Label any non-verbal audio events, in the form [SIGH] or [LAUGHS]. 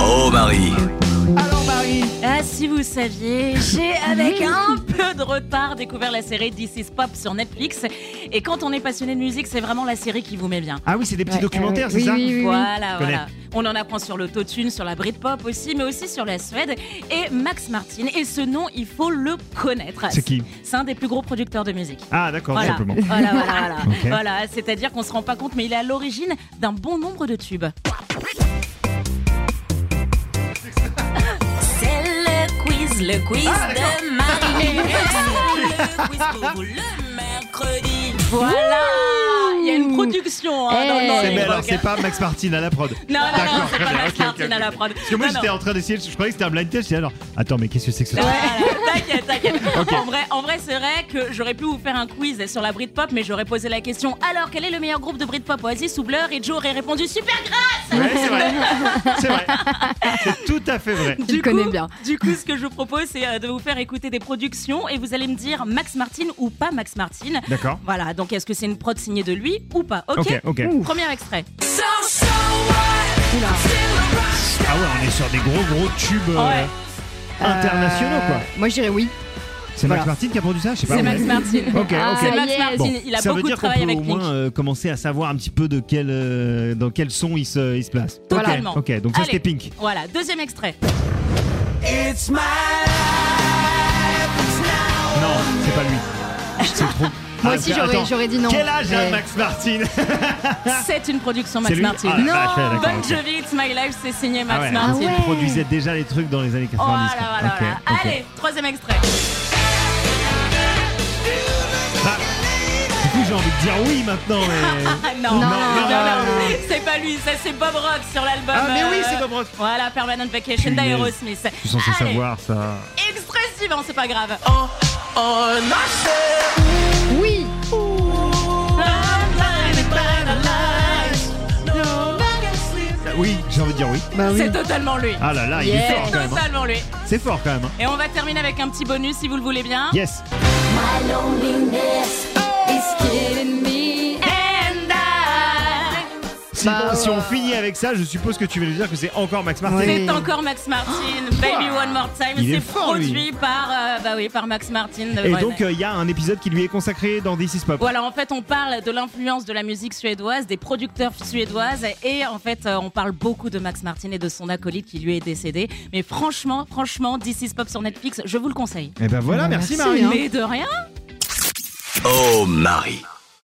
Oh Marie Alors Marie Ah, si vous saviez, [LAUGHS] j'ai avec un peu de retard découvert la série This is Pop sur Netflix. Et quand on est passionné de musique, c'est vraiment la série qui vous met bien. Ah oui, c'est des petits Ouais, documentaires, euh, c'est oui, ça oui, oui. Voilà, Je connais. voilà. On en apprend sur l'autotune, sur la Britpop aussi, mais aussi sur la Suède et Max Martin. Et ce nom, il faut le connaître. C'est qui C'est un des plus gros producteurs de musique. Ah d'accord, Voilà. [LAUGHS] simplement. Voilà, voilà, voilà. [LAUGHS] Ok. Voilà, c'est-à-dire qu'on se rend pas compte, mais il est à l'origine d'un bon nombre de tubes. [LAUGHS] C'est le quiz, le quiz Ah, de [LAUGHS] Marie. le quiz pour vous le mercredi. Voilà Il y a une production hein, Eh. dans, dans C'est C'est- les Mais ben alors, blocs. c'est pas Max Martin à la prod. Non, non, non, D'accord, c'est pas très bien, Max ok, Martin ok, à la ok. prod. Parce que moi Non, j'étais non. en train d'essayer, je croyais que c'était un blind test, j'ai dit, alors, attends, mais qu'est-ce que c'est que ce truc Voilà, Ah, T'inquiète, [LAUGHS] t'inquiète. En vrai, en vrai c'est vrai que j'aurais pu vous faire un quiz sur la Britpop, mais j'aurais posé la question alors quel est le meilleur groupe de Britpop Oasis ou Blur Et Joe aurait répondu super Ouais, c'est vrai. C'est [LAUGHS] vrai. C'est tout à fait vrai. Tu le connais bien. Du coup, ce que je vous propose, c'est euh, de vous faire écouter des productions et vous allez me dire Max Martin ou pas Max Martin. D'accord. Voilà, donc est-ce que c'est une prod signée de lui ou pas Ok. Ok, ok. Premier extrait. Ah ouais, on est sur des gros gros tubes euh, Ouais. internationaux Euh, quoi. Moi, je dirais oui. C'est Max voilà. Martin qui a produit ça, je sais pas. C'est mais- Max Martin. Bah Ok, Ah, ok. C'est Max yes. Martin, Bon, il a ça veut beaucoup de dire qu'on travail peut avec au Pink. moins euh, commencer à savoir un petit peu de quel, euh, dans quel son il se, il se place. Ok, Totalement. Ok, donc ça Allez. c'était Pink. Voilà, deuxième extrait. Non, c'est pas lui. C'est trop. Moi Ah, aussi, attends. j'aurais- j'aurais dit non. Quel âge a Ouais. Max Martin C'est une production Ah. C'est Max lui Martin. Ah, la vache, ouais, d'accord, Bon ok. Jovi, It's My Life, c'est signé Ah Max ouais, Martin. Oh il produisait déjà les trucs dans les années 90. Voilà, quoi. voilà, Ok, voilà. ok. Allez, troisième extrait. [LAUGHS] Ah, du coup, j'ai envie de dire oui maintenant. mais- Ah non, Non, non, non. c'est pas lui, ça c'est Bob Rock sur l'album. Ah, mais oui, euh, c'est Bob Rock. Voilà, Permanent Vacation Punaise. d'Aerosmith. Je suis censé Allez, savoir Oh. ça. Extrait suivant, c'est pas grave. Oui. Ah Oui, j'ai envie de dire oui. Bah oui. C'est totalement lui. Ah là là, il est Yeah. fort quand même. hein. Totalement lui. C'est fort quand même. hein. Et on va terminer avec un petit bonus si vous le voulez bien. Yes. And I- Si, Bah, si on ouais. finit avec ça, je suppose que tu veux nous dire que c'est encore Max Martin. Oui. C'est encore Max Martin, Baby One More Time. Oh, Il est C'est fort, lui. produit par, euh, bah oui, par Max Martin. de Et Bretagne. donc, euh, il y a un épisode qui lui est consacré dans This is Pop. Voilà, en fait, on parle de l'influence de la musique suédoise, des producteurs suédoises, et en fait, euh, on parle beaucoup de Max Martin et de son acolyte qui lui est décédé. Mais franchement, franchement, This is Pop sur Eh Netflix, je vous le conseille. Et ben voilà, merci, merci, Marie. hein. Mais de rien. Oh Marie